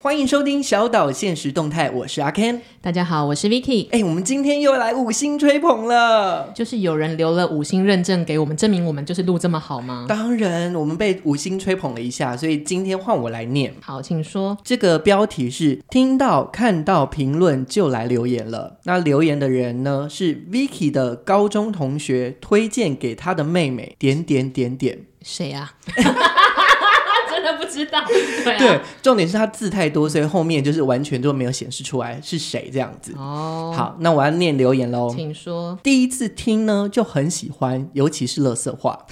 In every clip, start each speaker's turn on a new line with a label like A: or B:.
A: 欢迎收听小岛现实动态，我是阿 Ken。
B: 大家好，我是 Vicky。
A: 哎，我们今天又来五星吹捧了。
B: 就是有人留了五星认证给我们，证明我们就是录这么好吗？
A: 当然，我们被五星吹捧了一下，所以今天换我来念。
B: 好，请说。
A: 这个标题是“听到看到评论就来留言了”。那留言的人呢是 Vicky 的高中同学推荐给他的妹妹点点点点。
B: 谁啊？真的不知道。对啊
A: 对，重点是他字太多，所以后面就是完全都没有显示出来是谁这样子。
B: 哦，
A: 好，那我要念留言喽。
B: 请说。
A: 第一次听呢就很喜欢，尤其是乐色话。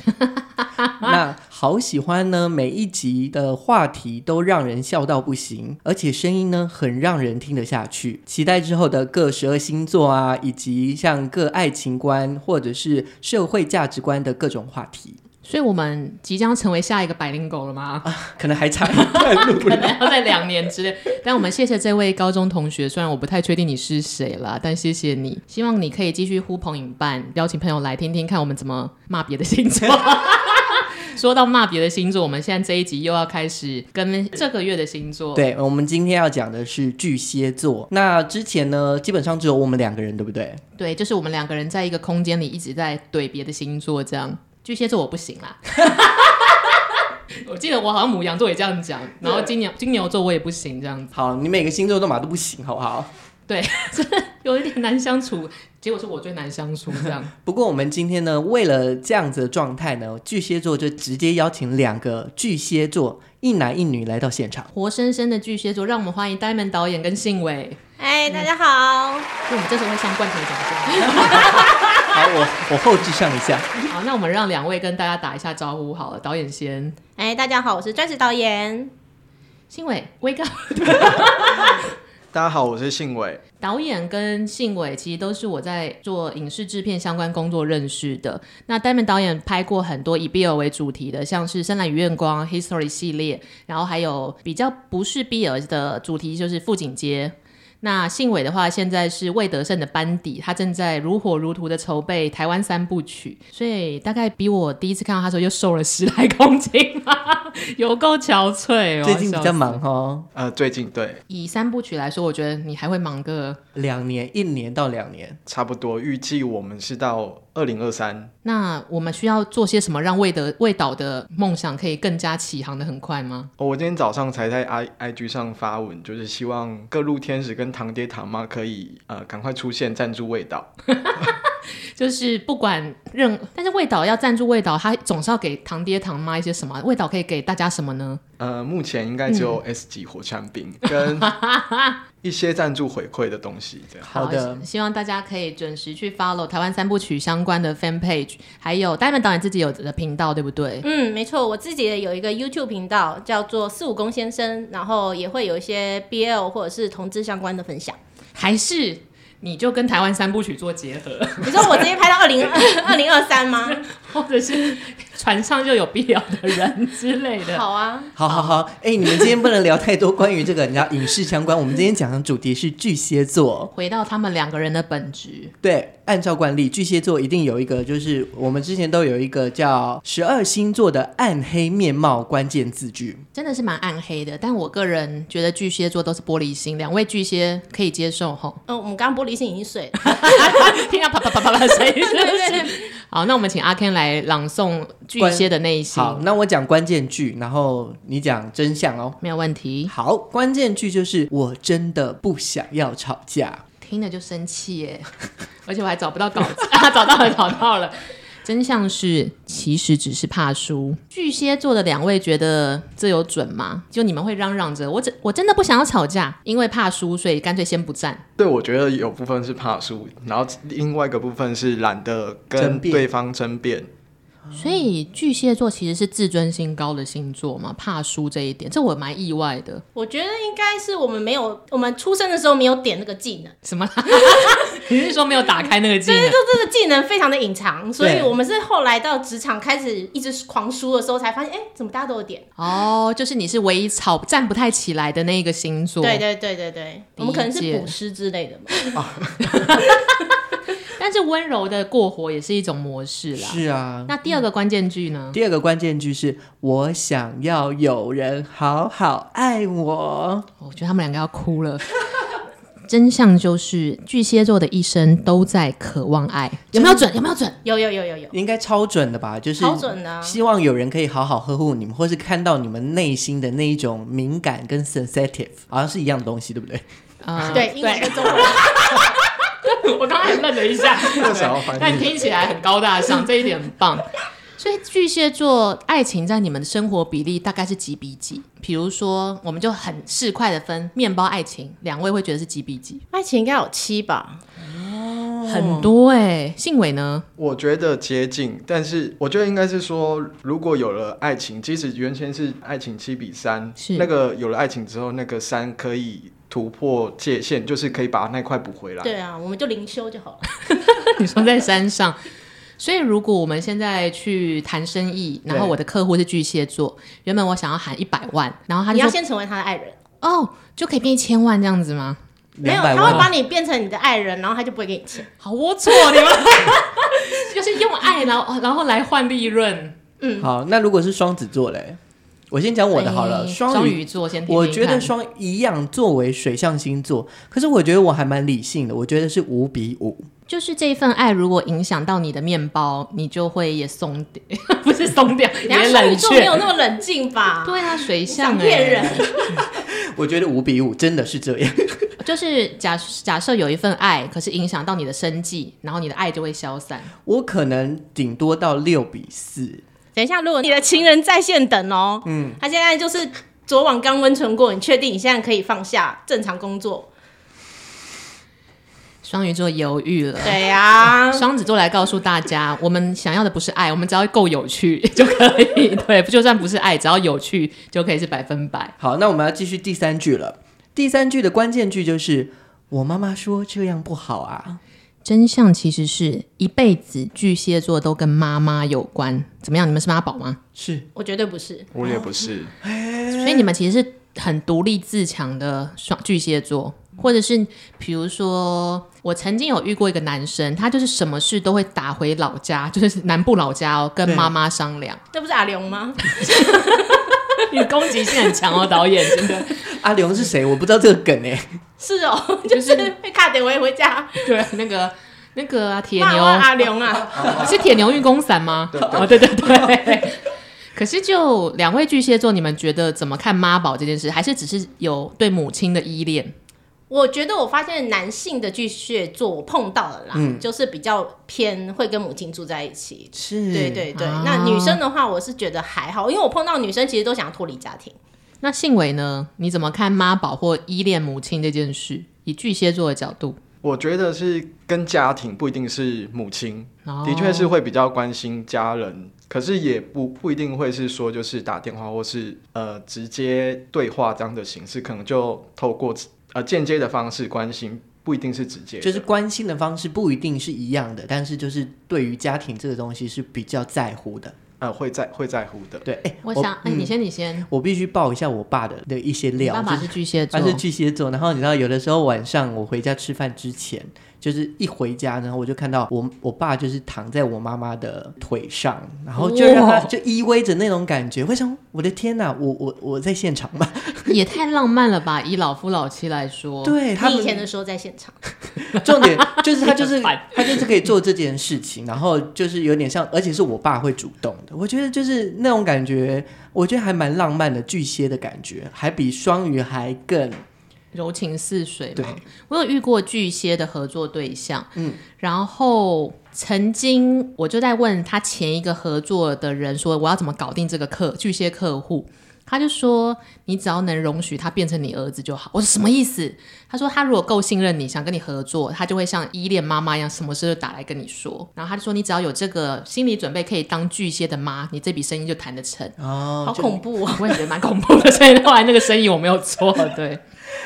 A: 那好喜欢呢，每一集的话题都让人笑到不行，而且声音呢很让人听得下去。期待之后的各十二星座啊，以及像各爱情观或者是社会价值观的各种话题，
B: 所以我们即将成为下一个百灵狗了吗？
A: 可能还差一段路。
B: 可 能要在两年之内。 但我们谢谢这位高中同学，虽然我不太确定你是谁啦，但谢谢你。希望你可以继续呼朋引伴，邀请朋友来听听看我们怎么骂别的星座。 说到骂别的星座，我们现在这一集又要开始跟这个月的星座。
A: 对，我们今天要讲的是巨蟹座。那之前呢，基本上只有我们两个人，对不对？
B: 对，就是我们两个人在一个空间里一直在怼别的星座，这样。巨蟹座我不行啦。 我记得我好像母羊座也这样讲，然后金牛金牛座我也不行这样子，
A: 好，你每个星座都马都不行，好不好？
B: 有一点难相处。结果是我最难相处这样。
A: 不过我们今天呢，为了这样子的状态呢，巨蟹座就直接邀请两个巨蟹座，一男一女来到现 场。
B: 活生生的巨蟹座，让我们欢迎呆萌导演跟信伟。
C: 嗨，哎大家好。
B: 就我们这时候会上罐头掌
A: 好，我我后置上一下。
B: 声。 好，那我们让两位跟大家打一下招呼好了。导演先，
C: 哎，大家好，我是钻石导演。
B: 信伟、威哥，
D: 大家好，我是信伟。
B: 导演跟信伟其实都是我在做影视制片相关工作认识的。那呆萌导演拍过很多以 BL 为主题的，像是《深蓝与月光》History 系列，然后还有比较不是 BL 的主题，就是《富锦街》。那信伟的话，现在是魏德胜的班底，他正在如火如荼的筹备台湾三部曲，所以大概比我第一次看到他的时候又瘦了十来公斤吧， 有够憔悴哦。
A: 最近比
B: 笑
A: 较
B: 死
A: 忙，哦，
D: 呃，最近对，
B: 以三部曲来说，我觉得你还会忙个。
A: 两年，一年到两年。
D: 差不多预计我们是到二零二三。
B: 那我们需要做些什么，让魏德魏导的梦想可以更加起航的很快吗？
D: 哦，我今天早上才在 i i g 上发文，就是希望各路天使跟堂爹堂妈可以呃赶快出现赞助味道。
B: 就是不管任，但是魏导要赞助魏导，他总是要给堂爹堂妈一些什么？魏导可以给大家什么呢？
D: 呃，目前应该
A: 嗯
D: 只有 S 级火山饼、 跟一些赞助回馈的东西这样。
A: 好的
B: 希，希望大家可以准时去 follow 台湾三部曲相关的 fan page，还有 Diamond 导演自己有的频道，对不对？
C: 嗯，没错，我自己的有一个 YouTube 频道叫做四五公先生，然后也会有一些 BL 或者是同志相关的 分享。
B: 还是你就跟台湾三部曲做结合，
C: 你说我直接拍到二零二 零二三吗？
B: 或者是船上就有必要的人之类的。
C: 好啊，
A: 好好好，哎、你们今天不能聊太多关于这个你知道影视相关，我们今天讲的主题是巨蟹座。
B: 回到他们两个人的本质，
A: 对，按照惯例，巨蟹座一定有一个，就是我们之前都有一个叫十二星座的暗黑面貌关键字句。
B: 真的是蛮暗黑的。但我个人觉得巨蟹座都是玻璃心，两位巨蟹可以接受 吼。
C: 嗯，我们刚刚玻璃心已经碎了。
B: 听到啪啪啪啪啪的声音，
C: 对对对，
B: 好，那我们请阿 Ken 来朗诵巨蟹的内心，
A: 好，那我讲关键句，然后你讲真相哦。
B: 没有问题。
A: 好，关键句就是我真的不想要吵架。
B: 听了就生气耶，而且我还找不到稿子， 啊、找到了，找到了。真相是，其实只是怕输。巨蟹座的两位觉得这有准吗？就你们会嚷嚷着我真我真的不想要吵架，因为怕输，所以干脆先不战。
D: 对，我觉得有部分是怕输，然后另外一个部分是懒得
A: 争
D: 跟
A: 辩
D: 对方争辩。
B: 所以巨蟹座其实是自尊心高的星座嘛，怕输这一点，这我蛮意外的。
C: 我觉得应该是我们没有，我们出生的时候没有点那个技能，
B: 什么啦？ 你是说没有打开那个技
C: 所以就
B: 能？
C: 这个技能非常的隐藏，所以
A: 对
C: 我们是后来到职场开始一直狂输的时候才发现，哎、怎么大家都有点。
B: 哦，就是你是唯一吵站不太起来的那一个星座。
C: 对对对对对，我们可能是捕食之类的嘛。
B: 但是温柔的过活也是一种模式啦。
A: 是啊。
B: 那第二个关键句呢？
A: 第二个关键句是我想要有人好好爱我。
B: 哦我觉得他们两个要哭了。 真相就是巨蟹座的一生都在渴望爱，有没有准？有没有准？
C: 有有有有有，
A: 应该超准的吧？就是
C: 超准的啊
A: 希望有人可以好好呵护你们，或是看到你们内心的那一种敏感跟 sensitive，好像是一样东西，对不对？
B: 呃，
C: 对，英文跟中 文，
B: 我刚才愣了一下，
D: 这想要 翻
B: 但
D: 译。
B: 听起来很高大 上，这一点很棒。所以巨蟹座爱情在你们的生活比例大概是几比几？比如说，我们就很市侩的分面包爱情，两位会觉得是几比几？
C: 爱情应该有七吧？
B: 很多哎、信伟呢？
D: 我觉得接近，但是我觉得应该是说，如果有了爱情，即使原先是爱情七比三，
B: 是
D: 那个有了爱情之后，那个三可以突破界限，就是可以把那块补回来。
C: 对啊，我们就灵修就好了。
B: 你说在山上。 所以，如果我们现在去谈生意，然后
D: 对
B: 我的客户是巨蟹座，原本我想要喊一百万，然后他
C: 你
B: 就
C: 要
B: 说
C: 先成为他的爱人，
B: 哦，就可以变一千万这样子吗？
C: 没有，
A: 两百
C: 他会把
A: 万，
C: 你变成你的爱人，然后他就不会给你钱。
B: 好龌龊，你们 就是用爱，然后然后来换利润。
A: 好，那如果是双子座嘞，我先讲我的好了，
B: 哎
A: 双
B: 双
A: 鱼。
B: 鱼座先听听
A: 我觉得
B: 看
A: 双一样作为水象星座，可是我觉得我还蛮理性的，我觉得是五比五。
B: 就是这份爱，如果影响到你的面包，你就会也松掉， 不是松掉，
C: 人家
B: 也
C: 双鱼
B: 冷
C: 座没有
B: 却。
C: 那么冷静吧？
B: 对啊，水
C: 你
B: 象
C: 想
B: 哎
C: 骗人。
A: 我觉得五比五真的是这样。
B: 就是假假设有一份爱，可是影响到你的生计，然后你的爱就会消散。
A: 我可能顶多到六比四，
C: 等一下，如果你的情人在线等哦，嗯，他现在就是昨晚刚温存过，你确定你现在可以放下正常工作？
B: 双鱼座犹豫了。
C: 对呀、
B: 双子座来告诉大家，我们想要的不是爱，我们只要够有趣就可以。 对，就算不是爱，只要有趣就可以是百分百。
A: 好，那我们要继续第三句了。第三句的关键句就是“我妈妈说这样不好啊
B: 真相其实是一辈子巨蟹座都跟妈妈有关。怎么样？你们是妈宝吗？”，
A: 是
C: 我绝对不是。
D: 我也不是，
B: 所以你们其实是很独立自强的双巨蟹座，或者是比如说，我曾经有遇过一个男生，他就是什么事都会打回老家，就是南部老家哦，跟
A: 对
B: 妈妈商量。
C: 这不是阿龙 吗？
B: 你攻击性很强哦，导演真的。
A: 阿龙是谁？我不知道这个梗哎、
C: 是哦，就是被卡点回回家
B: 对，那个那个啊，铁
C: 骂
B: 牛
C: 我阿龙啊，
B: 是铁牛运功伞吗？哦，对对对。 可是，就两位巨蟹座，你们觉得怎么看妈宝这件事？还是只是有对母亲的依恋？
C: 我觉得我发现男性的巨蟹座我碰到了啦，
B: 嗯
C: 就是比较偏会跟母亲住在一起。
A: 是，
C: 对对对，
B: 啊
C: 那女生的话，我是觉得还好，因为我碰到女生其实都想要脱离家庭。
B: 那信伟呢？你怎么看妈宝或依恋母亲这件事？以巨蟹座的角度，
D: 我觉得是跟家庭不一定是母亲，
B: 哦
D: 的确是会比较关心家人，可是也不不一定会是说就是打电话或是呃直接对话这样的形式，可能就透过呃间接的方式关心，不一定是直接的。
A: 就是关心的方式不一定是一样的，但是就是对于家庭这个东西是比较在乎的。
D: 呃会在会在乎的。
A: 对，哎、
B: 我想，哎、你先，你先。
A: 我必须爆一下我爸的的一些
B: 你
A: 料，
B: 爸爸是巨蟹座
A: 他，是巨蟹座，然后你知道，有的时候晚上我回家吃饭之前，就是一回家，然后我就看到我我爸就是躺在我妈妈的腿上，然后就让他
B: 哇
A: 就依偎着那种感觉，我想我的天哪，我我我在现场嘛，
B: 也太浪漫了吧！以老夫老妻来说，
A: 对他
C: 哦你以前
A: 们
C: 的时候在现场，
A: 重点就是他 就是
B: 很烦
A: 他就是可以做这件事情，然后就是有点像，而且是我爸会主动的，我觉得就是那种感觉，我觉得还蛮浪漫的，巨蟹的感觉，还比双鱼还更
B: 柔情似水
A: 对
B: 嘛。我有遇过巨蟹的合作对象，嗯，然后曾经我就在问他前一个合作的人说，我要怎么搞定这个客巨蟹客户。他就说：“你只要能容许他变成你儿子就好。”我说：“什么意思？”他说：“他如果够信任你，想跟你合作，他就会像依恋妈妈一样，什么事都打来跟你说。”然后他就说：“你只要有这个心理准备，可以当巨蟹的妈，你这笔生意就谈得成。”
A: 哦，
C: 好
A: 就
C: 恐 怖哦！
B: 我也觉得蛮恐怖的，所以后来那个生意我没有做。 对，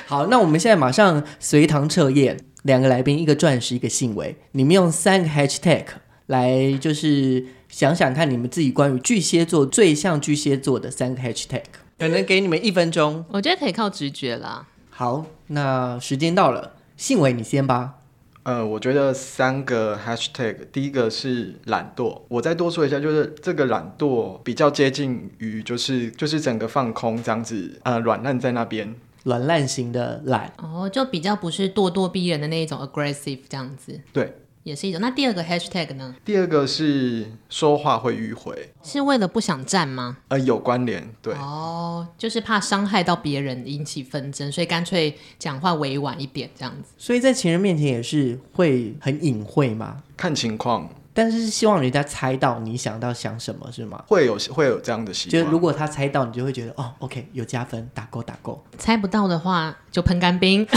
A: 好，那我们现在马上随堂测验，两个来宾，一个钻石，一个信维，你们用三个 hashtag 来就是想想看你们自己关于巨蟹座最像巨蟹座的三个 hashtag，可能给你们一分钟。
B: 我觉得可以靠直觉啦。
A: 好，那时间到了，信维你先吧。
D: 呃，我觉得三个 hashtag，第一个是懒惰，我再多说一下，就是这个懒惰比较接近于就是就是整个放空这样子，呃，软烂在那边。
A: 软烂型的懒，
B: 哦，就比较不是咄咄逼人的那一种 aggressive 这样子，
D: 对，
B: 也是一种。那第二个 hashtag 呢，
D: 第二个是说话会迂回，
B: 是为了不想战吗？
D: 呃，有关联，对，
B: 哦，就是怕伤害到别人引起纷争，所以干脆讲话委婉一点这样子。
A: 所以在情人面前也是会很隐晦嘛，
D: 看情况
A: 但是是希望人家猜到你想到想什么是吗？
D: 会有会有这样的习
A: 就
D: 惯。
A: 如果他猜到，你就会觉得哦，OK，有加分，打勾打勾。
B: 猜不到的话就喷干冰。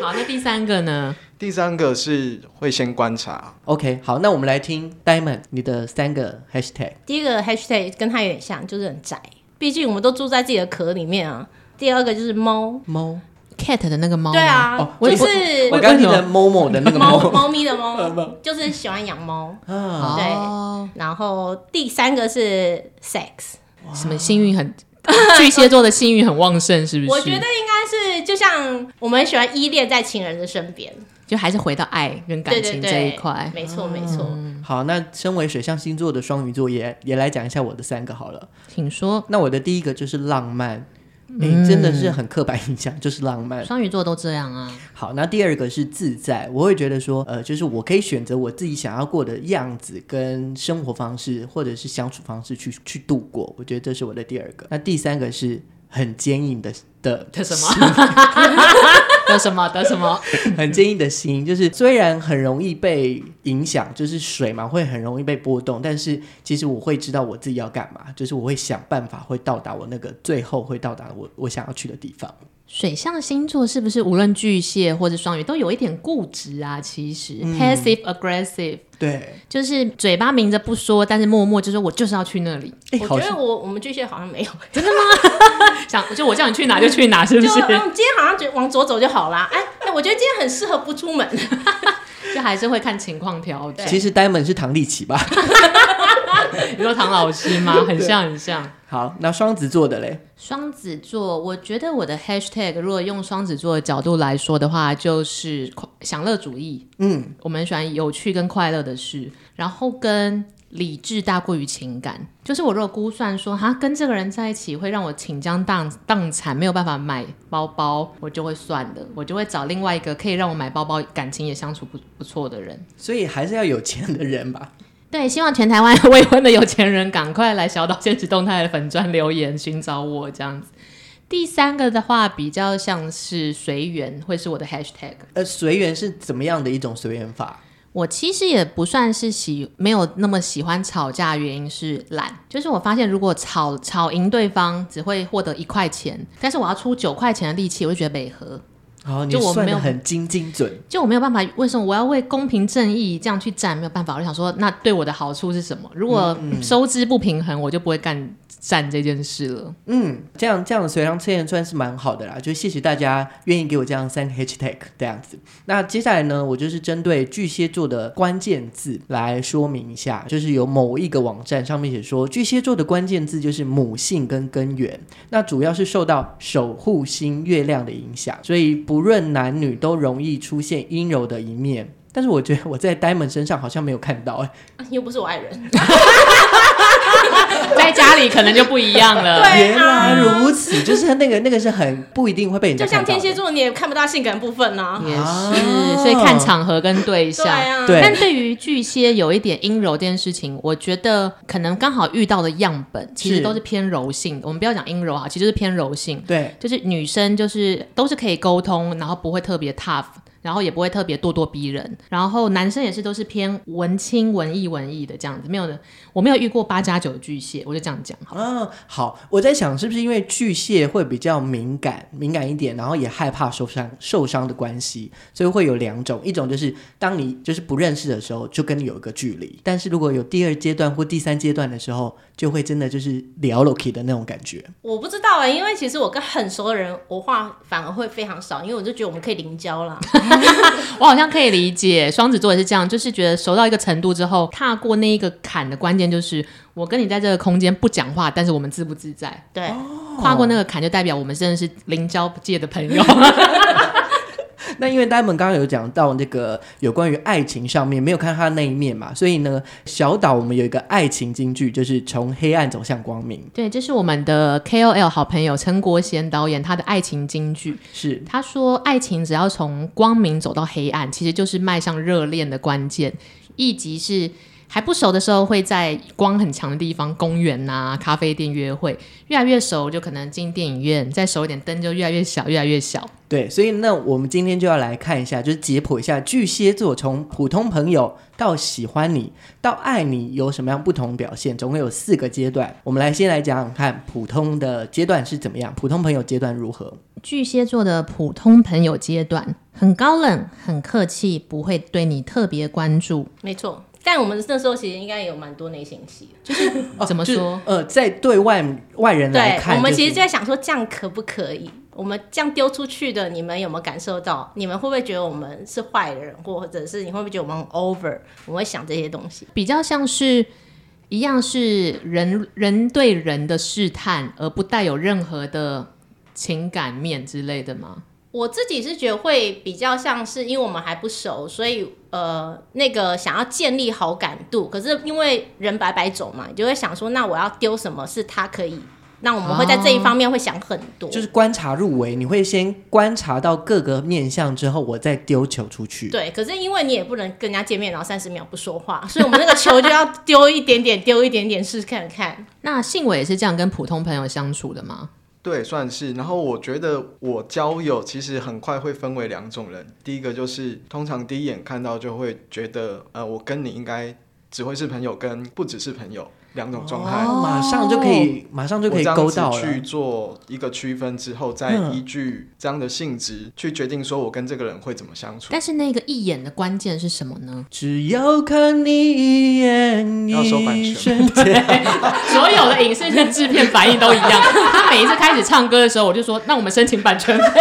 B: 好，那第三个呢？
D: 第三个是会先观察，
A: OK，好，那我们来听 Diamond 你的三个 Hashtag。
C: 第一个 hashtag 跟他有点像，就是很宅，毕竟我们都住在自己的壳里面啊。第二个就是猫，
A: 猫，
B: cat 的那个猫吗，
C: 对
B: 哦
C: 啊，
A: 我
C: 就
A: 以为
C: 是
A: 我刚刚听的某某的那 个
C: 猫
A: 某
C: 猫咪 的猫，就是喜欢养猫。
A: 啊，
B: 哦，
C: 然后第三个是 sex，
B: 什么幸运很，巨蟹座的幸运很旺盛，是不是？
C: 我觉得应该是就像我们很喜欢依恋在情人的身边，
B: 就还是回到爱跟感
C: 对对
B: 情
C: 对
B: 这一块。
C: 没
A: 嗯
C: 错没错。
A: 好，那身为水象星座的双鱼座也也来讲一下我的三个好了。
B: 请说，
A: 那我的第一个就是浪漫，诶，真的是很刻板印象，就是浪漫。
B: 双鱼座都这样 啊。
A: 好，那第二个是自在，我会觉得说，呃，就是我可以选择我自己想要过的样子跟生活方式，或者是相处方式去去度过。我觉得这是我的第二个。那第三个是很坚硬的的
B: 的什么？的什么？的什么？
A: 很坚硬的心，就是虽然很容易被影响，就是水嘛会很容易被波动，但是其实我会知道我自己要干嘛，就是我会想办法会到达我那个最后会到达我我想要去的地方。
B: 水象星座是不是无论巨蟹或者双鱼都有一点固执啊？其实、passive aggressive
A: 对，
B: 就是嘴巴明着不说，但是默默就说我就是要去那里，
A: 哎、
C: 我
A: 好
C: 觉得
A: 像
C: 我我们巨蟹好像没 有，
B: 想就我叫你去 哪就去哪，是不？
C: 就是嗯，今天好像觉得往左走就好啦。哎，哎我觉得今天很适合不出门。
B: 就还是会看情况调整。
A: 其实 Diamond 是唐立奇吧？
B: 你说唐老师吗？很像，很像。
A: 好，那双子座的嘞，
B: 双子座，我觉得我的 hashtag 如果用双子座的角度来说的话，就是快享乐主义。
A: 嗯，
B: 我们很喜欢有趣跟快乐的事，然后跟理智大过于情感。就是我如果估算说，哈，跟这个人在一起会让我倾家荡荡产，没有办法买包包，我就会算的，我就会找另外一个可以让我买包包、感情也相处不不错的人。
A: 所以还是要有钱的人吧。
B: 对，希望全台湾未婚的有钱人赶快来小岛现实动态的粉砖留言寻找我这样子。第三个的话，比较像是随缘，会是我的 hashtag。
A: 呃，随缘是怎么样的一种随缘法？
B: 我其实也不算是喜没有那么喜欢吵架，原因是懒。就是我发现，如果吵吵赢对方，只会获得一块钱，但是我要出九块钱的力气，我就觉得违和。
A: 好，哦你
B: 就我
A: 算
B: 没
A: 的
B: 有
A: 很精精准。
B: 就我没有办法，为什么我要为公平正义这样去站？没有办法，我就想说，那对我的好处是什么？如果收支不平衡，我就不会干站这件事了。
A: 嗯，这样这样的随堂测验算是蛮好的啦，就谢谢大家愿意给我这样三个 hashtag 这样子。那接下来呢，我就是针对巨蟹座的关键字来说明一下，就是有某一个网站上面写说，巨蟹座的关键字就是母性跟根源，那主要是受到守护星月亮的影响，所以不论男女都容易出现阴柔的一面。但是我觉得我在 Diamond 身上好像没有看到、欸，
C: 又不是我爱人，
B: 在家里可能就不一样了。
C: 对啊
A: 原来如此，就是那个那个是很不一定会被人家
C: 就像
A: 看到
C: 天
A: 的
C: 蝎座你也看不到性感部分呢。
B: 也
A: 啊
B: 是，所以看场合跟对象。
C: 对啊，
A: 对
B: 但对于巨蟹有一点阴柔这件事情，我觉得可能刚好遇到的样本其实
A: 是
B: 都是偏柔性。我们不要讲阴柔哈，其实就是偏柔性，
A: 对。
B: 就是女生就是都是可以沟通，然后不会特别 tough。然后也不会特别咄咄逼人，然后男生也是都是偏文青、文艺、文艺的这样子，没有的，我没有遇过八加九巨蟹，我就这样讲好了。
A: 啊，好，我在想是不是因为巨蟹会比较敏感，敏感一点，然后也害怕受伤受伤的关系，所以会有两种，一种就是当你就是不认识的时候，就跟你有一个距离，但是如果有第二阶段或第三阶段的时候，就会真的就是聊 Loki 的那种感觉。
C: 我不知道哎、因为其实我跟很熟的人，我话反而会非常少，因为我就觉得我们可以零交啦。
B: 我好像可以理解，双子座也是这样，就是觉得熟到一个程度之后，踏过那一个坎的关键就是，我跟你在这个空间不讲话，但是我们自不自在。
C: 对，
B: 跨过那个坎，就代表我们真的是灵交界的朋友。
A: 那因为戴蒙刚刚有讲到那个有关于爱情上面，没有看他那一面嘛，所以呢，小岛我们有一个爱情金句，就是从黑暗走向光明，
B: 对，这是我们的 KOL 好朋友陈国贤导演他的爱情金句。
A: 是
B: 他说，爱情只要从光明走到黑暗，其实就是迈向热恋的关键。以及是还不熟的时候，会在光很强的地方，公园呐、咖啡店约会；越来越熟，就可能进电影院；再熟一点，灯就越来越小，越来越小。
A: 对。所以那我们今天就要来看一下，就是解剖一下巨蟹座从普通朋友到喜欢你到爱你有什么样不同表现，总共有四个阶段。我们来先来讲讲看普通的阶段是怎么样，普通朋友阶段如何。
B: 巨蟹座的普通朋友阶段，很高冷，很客气，不会对你特别关注。
C: 没错。但我们那时候其实应该有蛮多内心戏的，
A: 哦
B: 怎么
A: 就是
B: 说？
A: 呃，在对外外人来
C: 对，
A: 看，
C: 我们
A: 就
C: 其实
A: 是
C: 就在想说这样可不可以？我们这样丢出去的，你们有没有感受到？你们会不会觉得我们是坏人，或者是你会不会觉得我们很 over？我们会想这些东西。
B: 比较像是一样是人人对人的试探，而不带有任何的情感面之类的吗？
C: 我自己是觉得会比较像是，因为我们还不熟，所以呃，那个想要建立好感度，可是因为人白白走嘛，你就会想说，那我要丢什么是他可以？那我们会在这一方面会想很多，
A: 哦就是观察入围，你会先观察到各个面相之后，我再丢球出去。
C: 对，可是因为你也不能跟人家见面，然后三十秒不说话，所以我们那个球就要丢一点点，丢一点点试看看。
B: 那信伟也是这样跟普通朋友相处的吗？
D: 对，算是。然后我觉得我交友其实很快会分为两种人，第一个就是通常第一眼看到就会觉得，呃，我跟你应该只会是朋友，跟不只是朋友两种状态。
A: 然后马上就可
C: 哦
A: 以，马上就可以勾到
D: 我这样子去
A: 了。
D: 做一个区分之后，再
A: 嗯？
D: 依据这样的性质去决定说我跟这个人会怎么相处。
B: 但是那个一眼的关键是什么呢
A: 只要看你一眼，
D: 要收版权
A: 一瞬间。
B: 所有的影视跟制片反应都一样。 他每一次开始唱歌的时候，我就说：“那我们申请版权 费。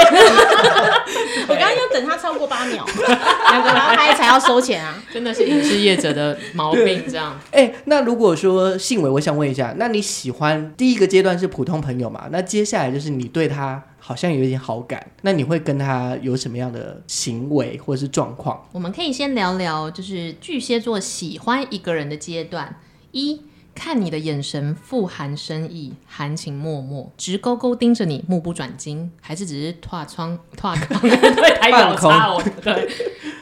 C: 我刚刚要等他超过八秒， 两个人拍才要收钱啊。”
B: 真的是影视业者的毛病，这样。
A: 哎、那如果说信伟，我想问一下，那你喜欢第一个阶段是普通朋友嘛？那接下来就是你对他好像有一点好感，那你会跟他有什么样的行为或者是状况？
B: 我们可以先聊聊，就是巨蟹座喜欢一个人的阶段：一，看你的眼神富含深意，含情脉脉，直勾勾盯着你，目不转睛，还是只是跨窗 跨空？对，还搞差我。对。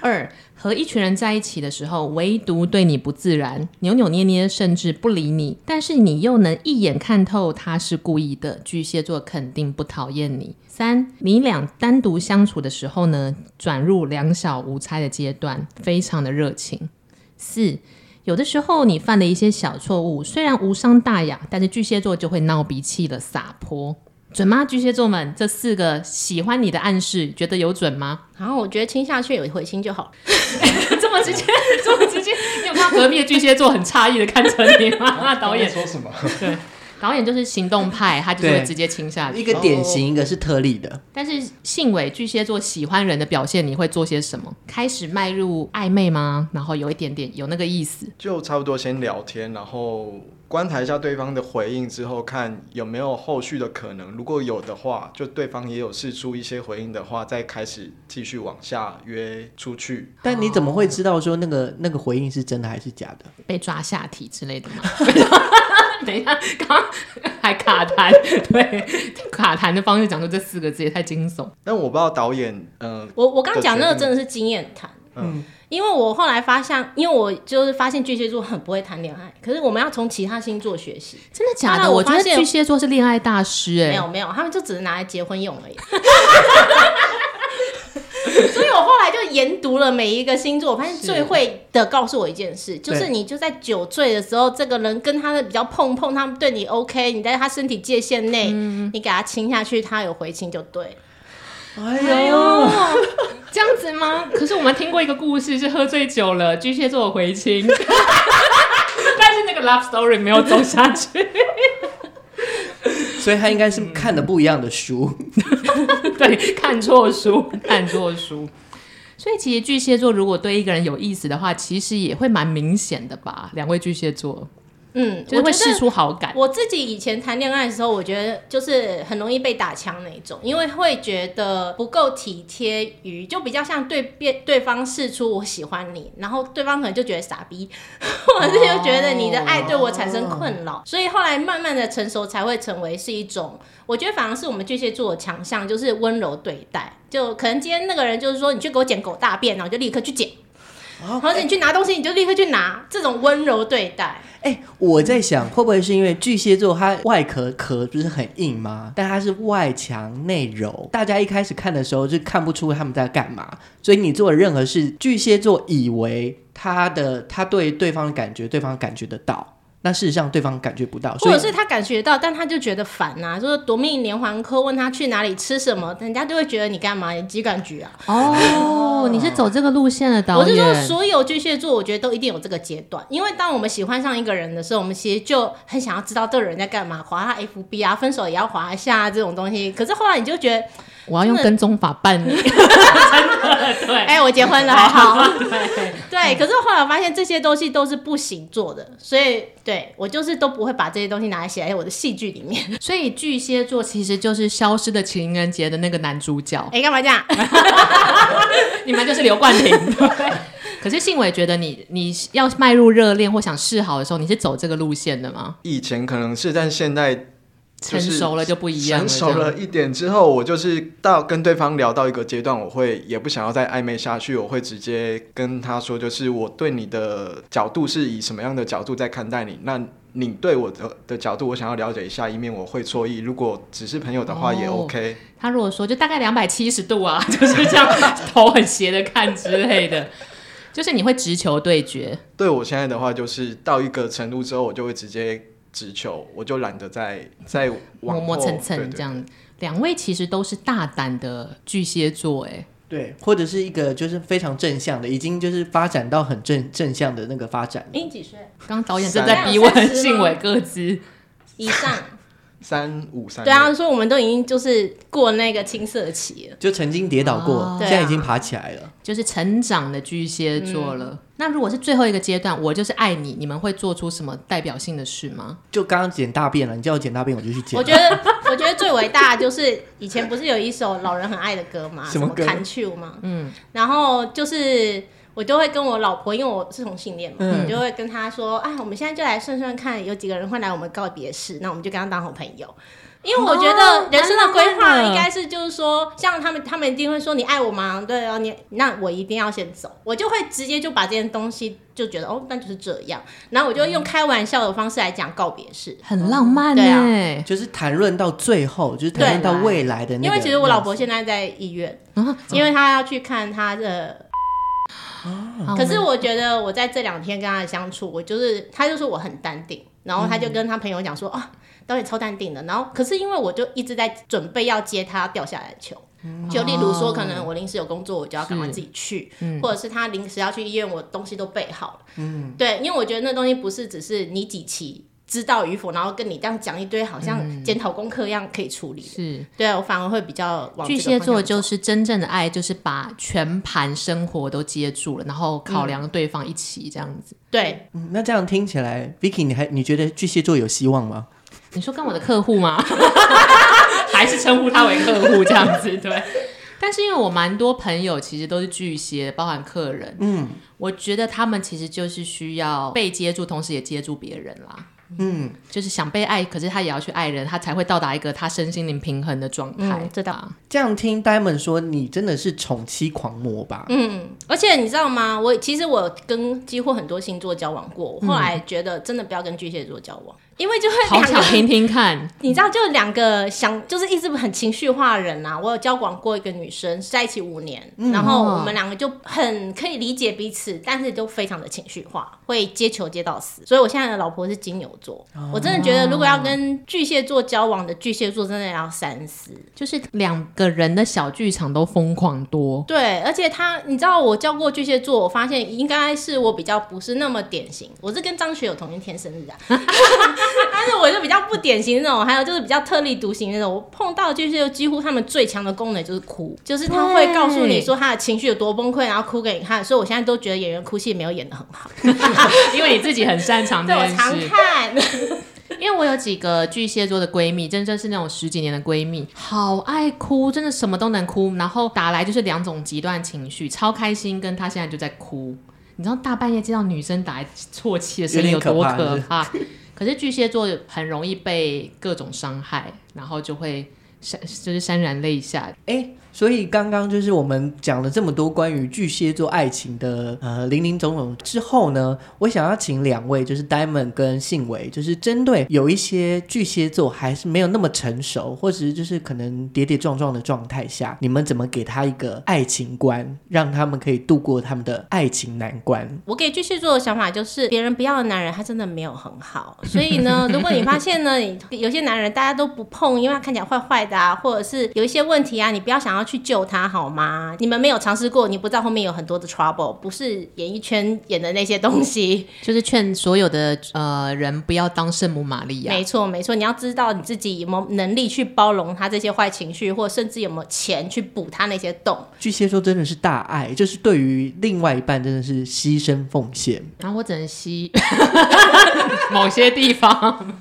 B: 二，和一群人在一起的时候，唯独对你不自然，扭扭捏捏，甚至不理你，但是你又能一眼看透他是故意的。巨蟹座肯定不讨厌你。三，你俩单独相处的时候呢，转入两小无猜的阶段，非常的热情。四，有的时候你犯了一些小错误，虽然无伤大雅，但是巨蟹座就会闹脾气了，撒泼。准吗，巨蟹座们？这四个喜欢你的暗示，觉得有准吗？
C: 然后我觉得亲下去有回亲就好。
B: 这么直接，这么直接，你有看到隔壁的巨蟹座很诧异的看着你吗？ 导演，
D: 说 什么？
B: 导演就是行动派，他就是会
A: 对
B: 直接亲下去。
A: 一个典型，一个是特例的。
B: 但是信伟巨蟹座喜欢人的表现，你会做些什么？开始迈入暧昧吗？然后有一点点有那个意思，
D: 就差不多先聊天，然后观察一下对方的回应之后，看有没有后续的可能。如果有的话，就对方也有试出一些回应的话，再开始继续往下约出去。
A: 但你怎么会知道说那个那个回应是真的还是假的？
B: 被抓下体之类的吗？ 等一下，刚刚还卡痰，对，卡痰的方式讲出这四个字也太惊悚。
D: 但我不知道导演，嗯、
C: 我我刚刚讲那个真的是经验谈，
D: 嗯
C: 因为我后来发现，因为我就是发现巨蟹座很不会谈恋爱，可是我们要从其他星座学习。
B: 真的假
C: 当
B: 的？
C: 然
B: 我
C: 我
B: 觉
C: 发
B: 得
C: 现
B: 巨蟹座是恋爱大师哎、
C: 没有没有，他们就只是拿来结婚用 而已。所以我后来就研读了每一个星座，我发现
A: 是
C: 最会的告诉我一件事，就
A: 对
C: 是你就在酒醉的时候，这个人跟他的比较碰碰，他们对你 OK，你在他身体界限内，
B: 嗯
C: 你给他亲下去，他有回亲就对。
A: 哎呦，
B: 哦，这样子吗？可是我们听过一个故事，是喝醉酒了，巨蟹座回亲， 但是那个 love story 没有走下去。
A: 所以他应该是看的不一样的书。
B: 对，看错书，看错书。所以其实巨蟹座如果对一个人有意思的话，其实也会蛮明显的吧？两位巨蟹座，
C: 嗯，
B: 就是
C: 我
B: 会
C: 觉
B: 试
C: 得
B: 出好感。
C: 我自己以前谈恋爱的时候，我觉得就是很容易被打枪那一种，因为会觉得不够体贴于，就比较像对别对方示出我喜欢你，然后对方可能就觉得傻逼， 或者是就觉得你的爱对我产生困扰，所以后来慢慢的成熟才会成为是一种，我觉得反而是我们巨蟹座的强项，就是温柔对待。就可能今天那个人就是说你去给我捡狗大便，然后我就立刻去捡，
A: 哦
C: 或者你去拿东西你就立刻去拿，这种温柔对待。
A: 哎、我在想，会不会是因为巨蟹座它外壳壳不是很硬吗？但它是外强内柔，大家一开始看的时候就看不出他们在干嘛，所以你做的任何事，巨蟹座以为他的他对对方的感觉，对方感觉得到，那事实上对方感觉不到，
C: 或
A: 哦所以
C: 者是他感觉到，但他就觉得烦呐、就是夺命连环扣，问他去哪里吃什么，人家就会觉得你干嘛？你几感觉啊？
B: 哦，你是走这个路线的导
C: 我是
B: 演，
C: 说，所有巨蟹座，我觉得都一定有这个阶段，因为当我们喜欢上一个人的时候，我们其实就很想要知道这个人在干嘛，划他 FB 啊，分手也要划一下、啊、这种东西。可是后来你就觉得，
B: 我要用
C: 真的
B: 跟踪法办你。
C: 哎、我结婚了，还好。 对，可是后来发现这些东西都是不行做的，所以对我就是都不会把这些东西拿来写在我的戏剧里面。
B: 所以巨蟹座其实就是《消失的情人节》的那个男主 角，
C: 哎、干嘛这样？
B: 你们就是刘冠廷。 对。可是信伟觉得你你要迈入热恋或想示好的时候，你是走这个路线的吗？
D: 以前可能是，但现在就
B: 成
D: 是
B: 熟了就不一样了。
D: 成熟了一点之后，我就是到跟对方聊到一个阶段，我会也不想要再暧昧下去，我会直接跟他说，就是我对你的角度是以什么样的角度在看待你，那你对我的的角度，我想要了解一下，以免我会错意。如果只是朋友的话，也
B: 哦
D: OK。
B: 这样。他如果说就大概两百七十度啊， 就是这样头很斜的看之类的，就是你会直球对决。
D: 对我现在的话，就是到一个程度之后，我就会直接直球，我就懒得再再往
B: 磨磨
D: 后
B: 蹭
D: 对
B: 蹭
D: 对
B: 这样。两位其实都是大胆的巨蟹座，哎，
A: 对，或者是一个就是非常正向的，已经就是发展到很正正向的那个发展。
C: 你几岁？
B: 刚刚导演正
D: 三
B: 在逼问
C: 三十吗
B: 信伟各自，
C: 以上。
D: 三五三
C: 对啊，
D: 六，
C: 所以我们都已经就是过那个青涩期了。
A: 就曾经跌倒过，
B: 哦
A: 现在已经爬起来了。
B: 就是成长的巨蟹座了。
C: 嗯
B: 那如果是最后一个阶段，我就是爱你，你们会做出什么代表性的事吗？
A: 就刚刚捡大便了，你叫我捡大便，我就去捡。
C: 我觉得， 我觉得最伟大的就是以前不是有一首老人很爱的歌吗？
A: 什
C: 什
A: 么
C: 么
A: 歌
C: Can You 吗？嗯，然后就是我就会跟我老婆，因为我是同性恋嘛，
A: 嗯
C: 我就会跟她说，啊，我们现在就来算算看，有几个人会来我们告别式，那我们就跟他当好朋友。因为我觉
B: 哦
C: 得人生的规
B: 蛮浪
C: 划
B: 漫的
C: 应该是，就是说，像他们，他们一定会说你爱我吗？对哦，你那我一定要先走，我就会直接就把这件东西就觉得哦，那就是这样，然后我就用开玩笑的方式来讲告别式，
B: 很浪漫
C: 对啊
B: 哎、
A: 就是谈论到最后，就是谈论到未来的那个。
C: 因为其实我老婆现在在医院，
B: 啊
C: 因为她要去看她的。
B: 好
C: 可是我觉得我在这两天跟她的相处，我就是她就说我很淡定，然后她就跟她朋友讲说、啊，导演超淡定的。然后可是因为我就一直在准备要接她掉下来的球，就例如说
B: 哦
C: 可能我临时有工作，我就要赶快
B: 是
C: 自己去，
B: 嗯
C: 或者是她临时要去医院，我东西都备好了。嗯，对，因为我觉得那东西不是只是你几期。知道与否，然后跟你这样讲一堆，好像检讨功课一样可以处理的。
B: 是
C: 对我反而会比较往
B: 巨
C: 哦这个
B: 蟹
C: 方向
B: 座就
C: 走
B: 是真正的爱，就是把全盘生活都接住了，然后考
C: 嗯
B: 量对方一起这样子。
C: 对，
A: 嗯那这样听起来，Vicky，你还你觉得巨蟹座有希望吗？
B: 你说跟我的客户吗？ 还是称呼他为客户这样子？对。但是因为我蛮多朋友其实都是巨蟹，包含客人，
A: 嗯
B: 我觉得他们其实就是需要被接住，同时也接住别人啦。
A: 嗯，
B: 就是想被爱，可是他也要去爱人，他才会到达一个他身心灵平衡的状态。啊
C: 嗯这倒
B: 吧？
A: 这样听 Diamond 说，你真的是宠妻狂魔吧？
C: 嗯，而且你知道吗？我其实我跟几乎很多星座交往过，我后来觉得真的不要跟巨蟹座交往，嗯因为就会
B: 好
C: 两
B: 想
C: 个，
B: 听听看，
C: 你知道，就两个想就是一直很情绪化的人啊。我有交往过一个女生，在一起五年，然后
B: 哦
C: 我们两个就很可以理解彼此，但是都非常的情绪化，会接球接到死。所以我现在的老婆是金牛座，我真的觉得如果要跟巨蟹座交往的巨蟹座，真的要三思。
B: 就是两个人的小剧场都疯狂 多，
C: 对，而且他，你知道我教过巨蟹座，我发现应该是我比较不是那么典型。我是跟张学友同一 天生日啊，但是我就比较不典型那种，还有就是比较特立独行那种。我碰到道的就是几乎他们最强的功能就是哭，就是他会告诉你说他的情绪有多崩溃，然后哭给你看。所以我现在都觉得演员哭戏没有演的很好，
B: 因为你自己很擅长这
C: 对我
B: 件事。
C: 常看。
B: 因为我有几个巨蟹座的闺蜜，真正是那种十几年的闺蜜，好爱哭，真的什么都能哭。然后打来就是两种极端情绪，超开心，跟她现在就在哭。你知道大半夜接到女生打来啜泣的声音有多
A: 有
B: 可
A: 点
B: 怕？可是巨蟹座很容易被各种伤害，然后就会潸就是潸然泪下。
A: 哎，所以刚刚就是我们讲了这么多关于巨蟹座爱情的呃零零总总之后呢，我想要请两位就是 Diamond 跟信维，就是针对有一些巨蟹座还是没有那么成熟，或者是就是可能跌跌撞撞的状态下，你们怎么给他一个爱情观，让他们可以度过他们的爱情难关？
C: 我给巨蟹座的想法就是，别人不要的男人他真的没有很好， 所以呢，如果你发现呢， 你有些男人大家都不碰，因为他看起来坏坏的啊，或者是有一些问题啊，你不要想要去救他好吗？你们没有尝试过，你不知道后面有很多的 trouble，不是演艺圈演的那些 东西。
B: 就是劝所有的呃人不要当圣母玛利亚
C: 没。错，没错，你要知道你自己有没有能力去包容他这些坏情绪，或甚至有没有钱去补他那些洞。
A: 巨蟹座真的是大爱，就是对于另外一半真的是牺牲奉献。
B: 然后我只能吸 某些地方。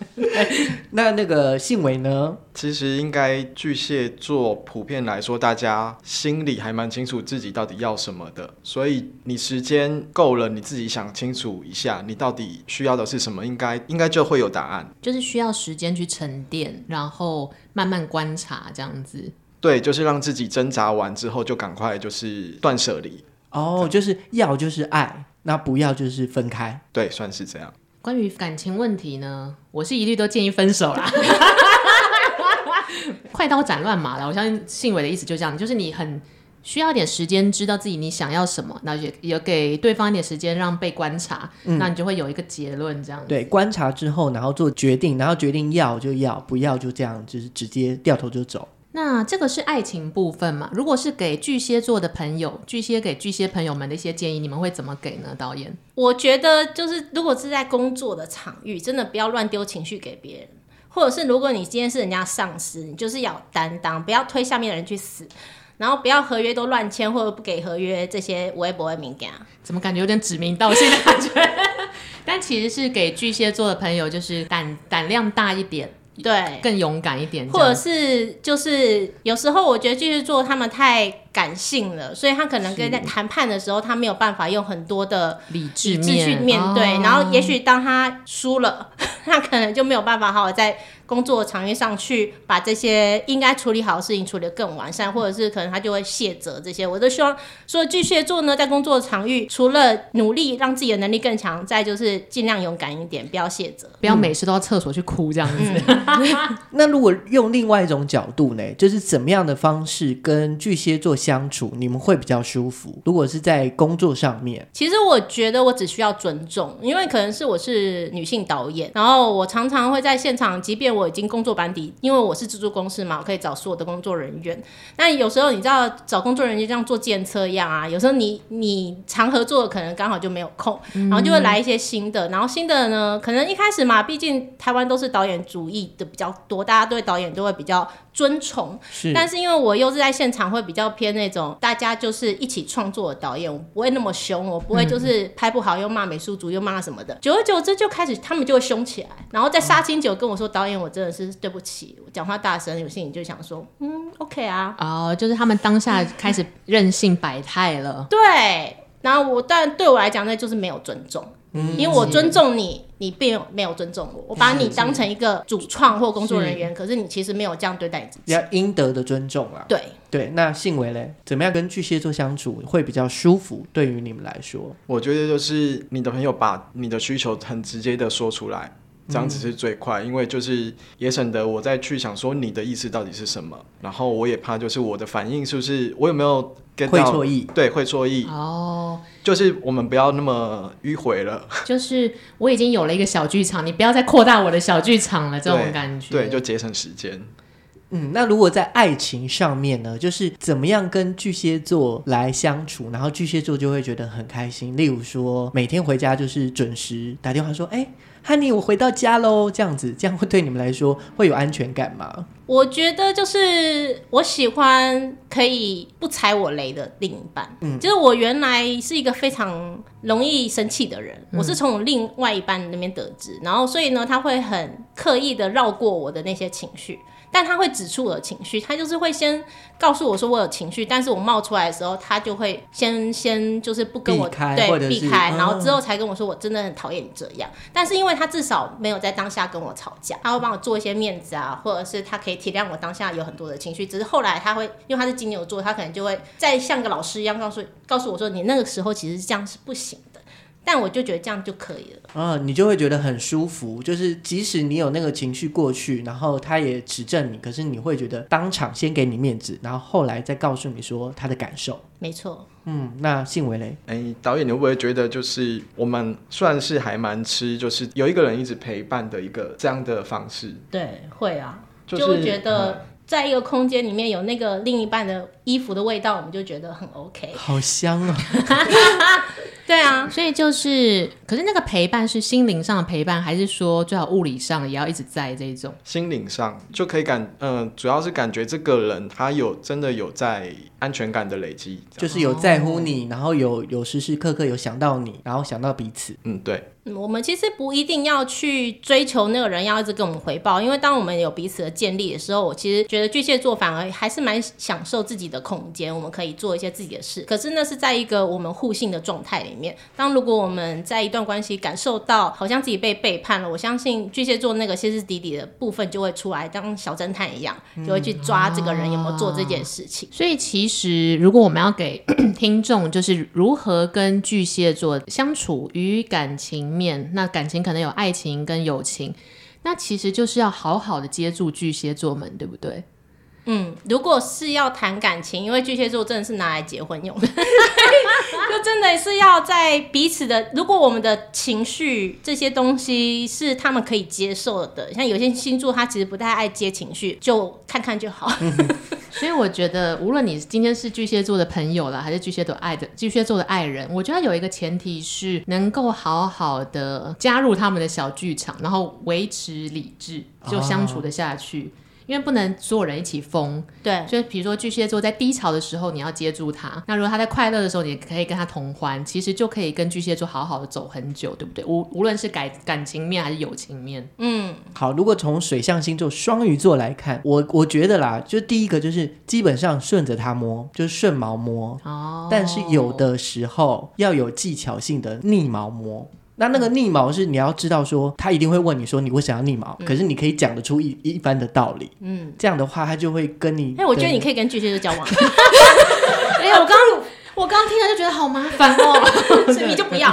A: 那那个信维呢？
D: 其实应该巨蟹座普遍来说，大家心里还蛮清楚自己到底要什么的，所以你时间够了，你自己想清楚一下，你到底需要的是什么，应该应该就会有答案。
B: 就是需要时间去沉淀，然后慢慢观察这样子。
D: 对，就是让自己挣扎完之后，就赶快就是断舍离，
A: 哦，就是要就是爱，那不要就是分开。
D: 对，算是这样。
B: 关于感情问题呢，我是一律都建议分手啦。 快刀斩乱麻了，我相信信伟的意思就这样，就是你很需要一点时间知道自己你想要什么，那也也给对方一点时间让被观察，那你就会有一个结论这样子。
A: 对，观察之后，然后做决定，然后决定要就要，不要就这样，就是直接掉头就走。
B: 那这个是爱情部分嘛？如果是给巨蟹座的朋友，巨蟹给巨蟹朋友们的一些建议，你们会怎么给呢？导演，
C: 我觉得就是，如果是在工作的场域，真的不要乱丢情绪给别人，或者是如果你今天是人家上司，你就是要有担当，不要推下面的人去死，然后不要合约都乱签或者不给合约这些微博的敏感。啊
B: 怎么感觉有点指名道姓的感觉？但其实是给巨蟹座的朋友，就是胆胆量大一点，
C: 对，
B: 更勇敢一点，
C: 或者
B: 这样
C: 是就是有时候我觉得巨蟹座他们太感性了，所以他可能跟在谈判的时候，他没有办法用很多的
B: 理智
C: 理智去
B: 面
C: 面对，
B: 哦
C: 然后也许当他输了， 他可能就没有办法好好在工作场域上去把这些应该处理好的事情处理得更完善，或者是可能他就会卸责这些。我都希望说巨蟹座呢，在工作场域除了努力让自己的能力更强，再就是尽量勇敢一点，不要卸责。
B: 不要每次都到厕所去哭这样子。
C: 嗯
A: 那如果用另外一种角度呢，就是怎么样的方式跟巨蟹座相处，你们会比较舒服？如果是在工作上面，
C: 其实我觉得我只需要尊重，因为可能是我是女性导演，然后我常常会在现场，即便我已经工作班底，因为我是制作公司嘛，我可以找所有的工作人员。那有时候你知道找工作人员就像做检测一样啊，有时候你你常合作的可能刚好就没有空，然后就会来一些新的，然后新的呢，可能一开始嘛，毕竟台湾都是导演主义的比较多，大家对导演都会比较尊崇，
A: 是
C: 但是因为我又是在现场，会比较偏那种大家就是一起创作的导演，我不会那么凶，我不会就是拍不好又骂美术组又骂什么的。久而久之就开始他们就会凶起来，然后在杀青酒跟我说、导演，我真的是对不起，我讲话大声，有心里就想说，嗯，OK 啊，
B: 哦，就是他们当下开始任性百态了。
C: 对。然后我但对我来讲，那就是没有尊重，因为我尊重你，你并没有尊重我，我把你当成一个主创或工作人员，可是你其实没有这样对待你自己。
A: 要应得的尊重啦。
C: 对，
A: 对，那信维嘞，怎么样跟巨蟹座相处会比较舒服？对于你们来说，
D: 我觉得就是你的朋友把你的需求很直接的说出来，
B: 嗯
D: 这样子是最快，因为就是也省得我再去想说你的意思到底是什么，然后我也怕就是我的反应是不是我有没有 get
A: 会
D: 到
A: 错意，
D: 对，会错意，
B: 哦，
D: 就是我们不要那么迂回了，
B: 就是我已经有了一个小剧场，你不要再扩大我的小剧场了，这种
D: 对
B: 感觉。
D: 对，就节省时间。
A: 嗯，那如果在爱情上面呢，就是怎么样跟巨蟹座来相处，然后巨蟹座就会觉得很开心。例如说，每天回家就是准时打电话说，哎、汉尼，我回到家喽，这样子，这样会对你们来说会有安全感吗？
C: 我觉得就是我喜欢可以不踩我雷的另一半，就是我原来是一个非常容易生气的人，我是从我另外一半那边得知，然后所以呢，他会很刻意的绕过我的那些情绪，但他会指出我的情绪，他就是会先告诉我说我有情绪，但是我冒出来的时候，他就会先先就是不跟我
A: 避开或者
C: 对
A: 是
C: 避开，然后
A: 嗯
C: 之后才跟我说我真的很讨厌你这样，但是因为他至少没有在当下跟我吵架，他会帮我做一些面子啊，或者是他可以体谅我当下有很多的情绪。只是后来他会，因为他是金牛座，他可能就会再像个老师一样告诉告诉我说，你那个时候其实这样是不行的。但我就觉得这样就可以了。
A: 啊，你就会觉得很舒服，就是即使你有那个情绪过去，然后他也指正你，可是你会觉得当场先给你面子，然后后来再告诉你说他的感受。
C: 没错，
A: 嗯，那信维雷，
D: 哎、导演，你会不会觉得就是我们算是还蛮吃，就是有一个人一直陪伴的一个这样的方式，
C: 对，会啊，
D: 就
C: 就是会觉得在一个空间里面有那个另一半的衣服的味道，我们就觉得很 OK。
A: 好香啊！
C: 对啊，
B: 所以就是，可是那个陪伴是心灵上的陪伴，还是说最好物理上也要一直在这一种？
D: 心灵上就可以感，嗯、主要是感觉这个人他有真的有在安全感的累积，这样
A: 就是有在乎你，然后有有时时刻刻有想到你，然后想到彼此。
D: 嗯，对，
C: 嗯，我们其实不一定要去追求那个人要一直给我们回报，因为当我们有彼此的建立的时候，我其实觉得巨蟹座反而还是蛮享受自己的空间，我们可以做一些自己的事。可是那是在一个我们互信的状态里面。当如果我们在一段关系感受到好像自己被背叛了，我相信巨蟹座那个歇斯底里的部分就会出来，当小侦探一样，就会去抓这个人有没有做这件事情。
B: 所以其实如果我们要给 听众，就是如何跟巨蟹座相处于感情面，那感情可能有爱情跟友情，那其实就是要好好的接住巨蟹座们，对不对？
C: 嗯，如果是要谈感情，因为巨蟹座真的是拿来结婚用的， 就真的是要在彼此的，如果我们的情绪这些东西是他们可以接受的，像有些星座他其实不太爱接情绪，就看看就好。
B: 嗯所以我觉得，无论你今天是巨蟹座的朋友啦，还是巨蟹座爱的巨蟹座的爱人，我觉得有一个前提是能够好好的加入他们的小剧场，然后维持理智，就相处的下去。因为不能所有人一起疯，
C: 对，
B: 所以比如说巨蟹座在低潮的时候，你要接住他；那如果他在快乐的时候，你也可以跟他同欢，其实就可以跟巨蟹座好好的走很久，对不对？无无论是感感情面还是友情面，
C: 嗯，
A: 好，如果从水象星座双鱼座来看，我我觉得啦，就第一个就是基本上顺着它摸，就是顺毛摸，
B: 哦，
A: 但是有的时候要有技巧性的逆毛摸。那那个逆毛是你要知道说，他一定会问你说你为什么要逆
D: 嗯
A: 毛，可是你可以讲得出一一般的道理。嗯，这样的话他就会跟你。
C: 哎、我觉得
A: 对
C: 你可以跟巨蟹座交 往，
B: 哎呀，我刚我刚听了就觉得好麻烦哦。
C: 所以你就不要。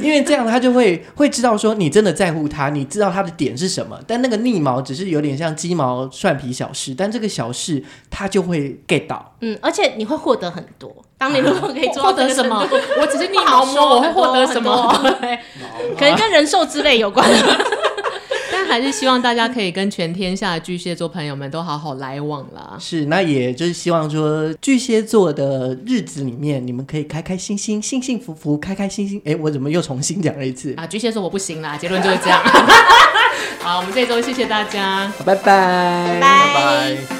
A: 因为这样他就会会知道说你真的在乎他，你知道他的点是什么。但那个逆毛只是有点像鸡毛蒜皮小事，但这个小事他就会 get 到。
C: 嗯，而且你会获得很多。当 你如果可以做
B: 获
C: 到
B: 得
C: 这个
B: 什
C: 程
B: 么
C: 度，？
B: 我只是逆
C: 不
B: 毛
C: 好
B: 摸，
C: 说
B: 我会获得什么？
C: 很可能跟人兽之类有关。
B: 但还是希望大家可以跟全天下的巨蟹座朋友们都好好来往啦。
A: 是，那也就是希望说巨蟹座的日子里面，你们可以开开心心、幸幸福福、开开心心。哎，我怎么又重新讲了一次？
B: 啊，巨蟹座我不行啦，结论 就是这样。好，我们这周谢谢大家。
A: 好，拜拜，
C: 拜
D: 拜拜。